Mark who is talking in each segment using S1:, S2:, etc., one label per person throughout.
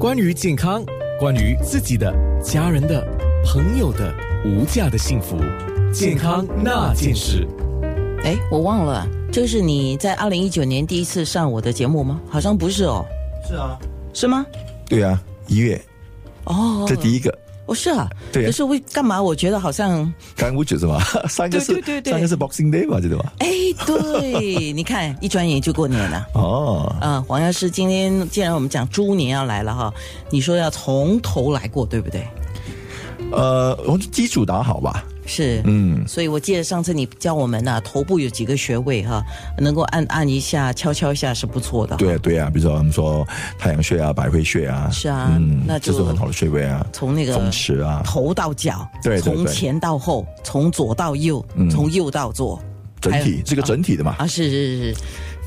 S1: 关于健康，关于自己的、家人的、朋友的无价的幸福，健康那件事。
S2: 哎，我忘了，这是你在二零一九年第一次上我的节目吗？好像不是哦，
S3: 是啊，
S2: 是吗？
S3: 对啊，一月，
S2: 哦，
S3: 这第一个。
S2: 哦是啊，
S3: 对啊
S2: 可是为干嘛？我觉得好像，
S3: 干五九是吧？ 三个是
S2: 对对对对
S3: 三个是 Boxing Day 吧，记得吧？
S2: 哎， 对，你看，一转眼就过年了。
S3: 哦，
S2: 啊、黄药师，今天既然我们讲猪年要来了哈，你说要从头来过，对不对？
S3: 呃，我们基础打好吧。
S2: 是，
S3: 嗯，
S2: 所以我记得上次你教我们呐、啊头部有几个穴位哈、能够按按一下、敲敲一下是不错的。，
S3: 对啊，对啊，比如说我们说太阳穴啊、百会穴啊，
S2: 是啊那就
S3: 这是很好的穴位啊，
S2: 从那个
S3: 风池啊，
S2: 头到脚，
S3: 对对对嗯
S2: 从前到后，从左到右，从右到左，
S3: 整
S2: 还
S3: 体
S2: 有
S3: 这个整体的嘛，
S2: 啊，是是是，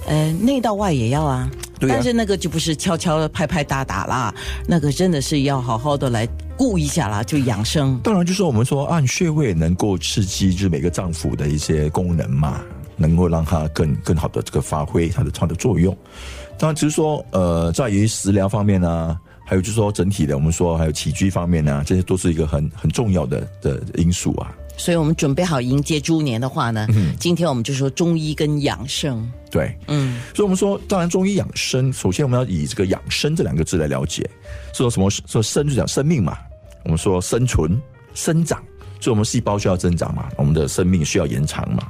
S2: 呃，内到外也要啊。
S3: 对啊
S2: 但是那个就不是敲敲拍拍打打啦，那个真的是要好好的来顾一下啦，就养生。
S3: 当然就是我们说按穴位能够刺激就是每个脏腑的一些功能嘛，能够让它更更好的这个发挥它的它的作用。当然只是说呃，在于食疗方面啊。还有就是说整体的，我们说还有起居方面啊，这些都是一个很很重要的的因素啊。
S2: 所以我们准备好迎接猪年的话呢，
S3: 嗯
S2: 今天我们就说中医跟养生。
S3: 对，
S2: 嗯，
S3: 所以我们说，当然中医养生，首先我们要以这个养生这两个字来了解，是说什么？说生就讲生命嘛，我们说生存、生长，所以我们细胞需要增长嘛，我们的生命需要延长嘛。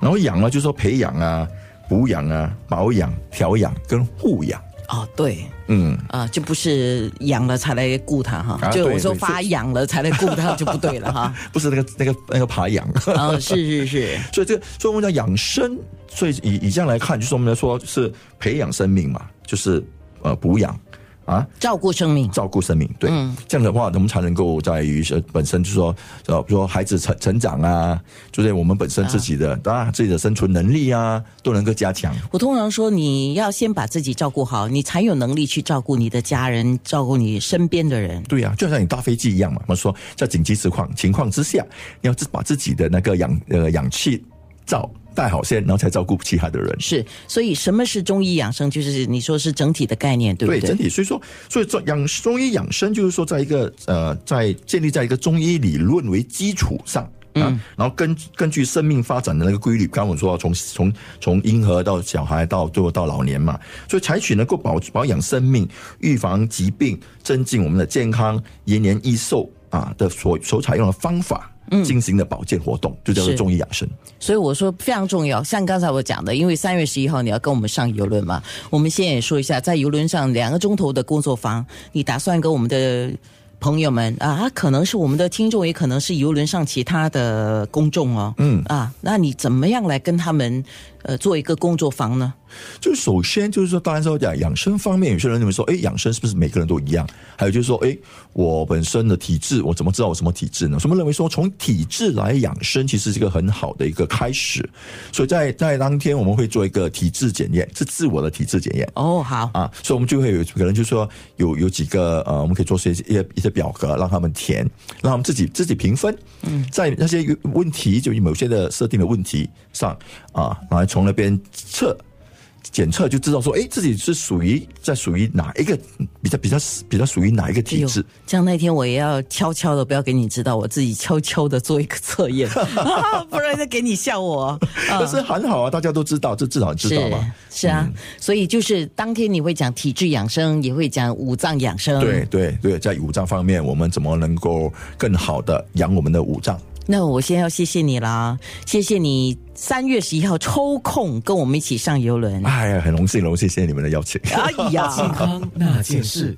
S3: 然后养呢，就是说培养啊、补养啊、保养、调养跟护养。
S2: 哦，对，
S3: 嗯，
S2: 啊，就不是养了才来顾它哈，
S3: 啊
S2: 就
S3: 对
S2: 我说
S3: 对
S2: 发痒了才来顾它就不对了 哈。
S3: 不是那个那个那个爬养，
S2: 啊，是是是，
S3: 所以这个，所以我们讲养生，所以以以这样来看，就是我们来说是培养生命嘛，就是呃补养啊，
S2: 照顾生命。
S3: 照顾生命，对，这样的话，我们才能够在于呃本身就是说，呃，比如说孩子成成长啊，就是我们本身自己的，当然、自己的生存能力啊，都能够加强。
S2: 我通常说，你要先把自己照顾好，你才有能力去照顾你的家人，照顾你身边的人。
S3: 对呀、啊就像你搭飞机一样嘛。我们说，在紧急情况情况之下，你要自把自己的那个氧呃氧气罩带好先，然后才照顾其他的人。
S2: 是，所以什么是中医养生？就是你说是整体的概念，对不
S3: 对
S2: 对？
S3: 整体，所以说，所以说养中医养生就是说，在一个呃，在建立在一个中医理论为基础上。
S2: 嗯
S3: 啊，然后根根据生命发展的那个规律，刚刚我说从从从婴儿到小孩到最后到老年嘛，所以采取能够保保养生命、预防疾病、增进我们的健康、延年益寿啊的所所采用的方法，进行的保健活动，就叫做
S2: 嗯是
S3: 中医养生。
S2: 所以我说非常重要。像刚才我讲的，因为三月十一号你要跟我们上游轮嘛，我们先也说一下，在游轮上两个钟头的工作坊，你打算跟我们的朋友们啊，可能是我们的听众，也可能是游轮上其他的公众哦，嗯啊，那你怎么样来跟他们呃做一个工作坊呢？
S3: 就首先就是说，当然说讲养生方面，有些人认为说，哎，养生是不是每个人都一样？还有就是说，哎，我本身的体质，我怎么知道我什么体质呢？所以我们认为说，从体质来养生，其实是一个很好的一个开始。所以在在当天我们会做一个体质检验，是自我的体质检验。
S2: 哦，好，
S3: 啊，所以我们就会有可能就说有有几个呃，我们可以做出一些一些一些表格，让他们填，让他们自己自己评分。嗯，在那些问题，就某些的设定的问题上啊，然后从那边测检测就知道说，哎，自己是属于在属于哪一个比较比较比较属于哪一个
S2: 哎
S3: 体
S2: 呦
S3: 质。，
S2: 这样那天我也要悄悄的，不要给你知道，我自己悄悄的做一个 测验， 啊不然再给你笑我。
S3: 但是很好啊，大家都知道，这至少知道嗯嘛。
S2: 是是啊，所以就是当天你会讲体质养生，也会讲五脏养生。
S3: 对，对对，在五脏方面，我们怎么能够更好的养我们的五脏？
S2: 那我先要谢谢你啦，谢谢你三月十一号抽空跟 我们一起上游轮。
S3: 哎呀，很荣幸，荣幸，谢谢你们的邀请。
S2: 哎呀，
S1: 健康那件事。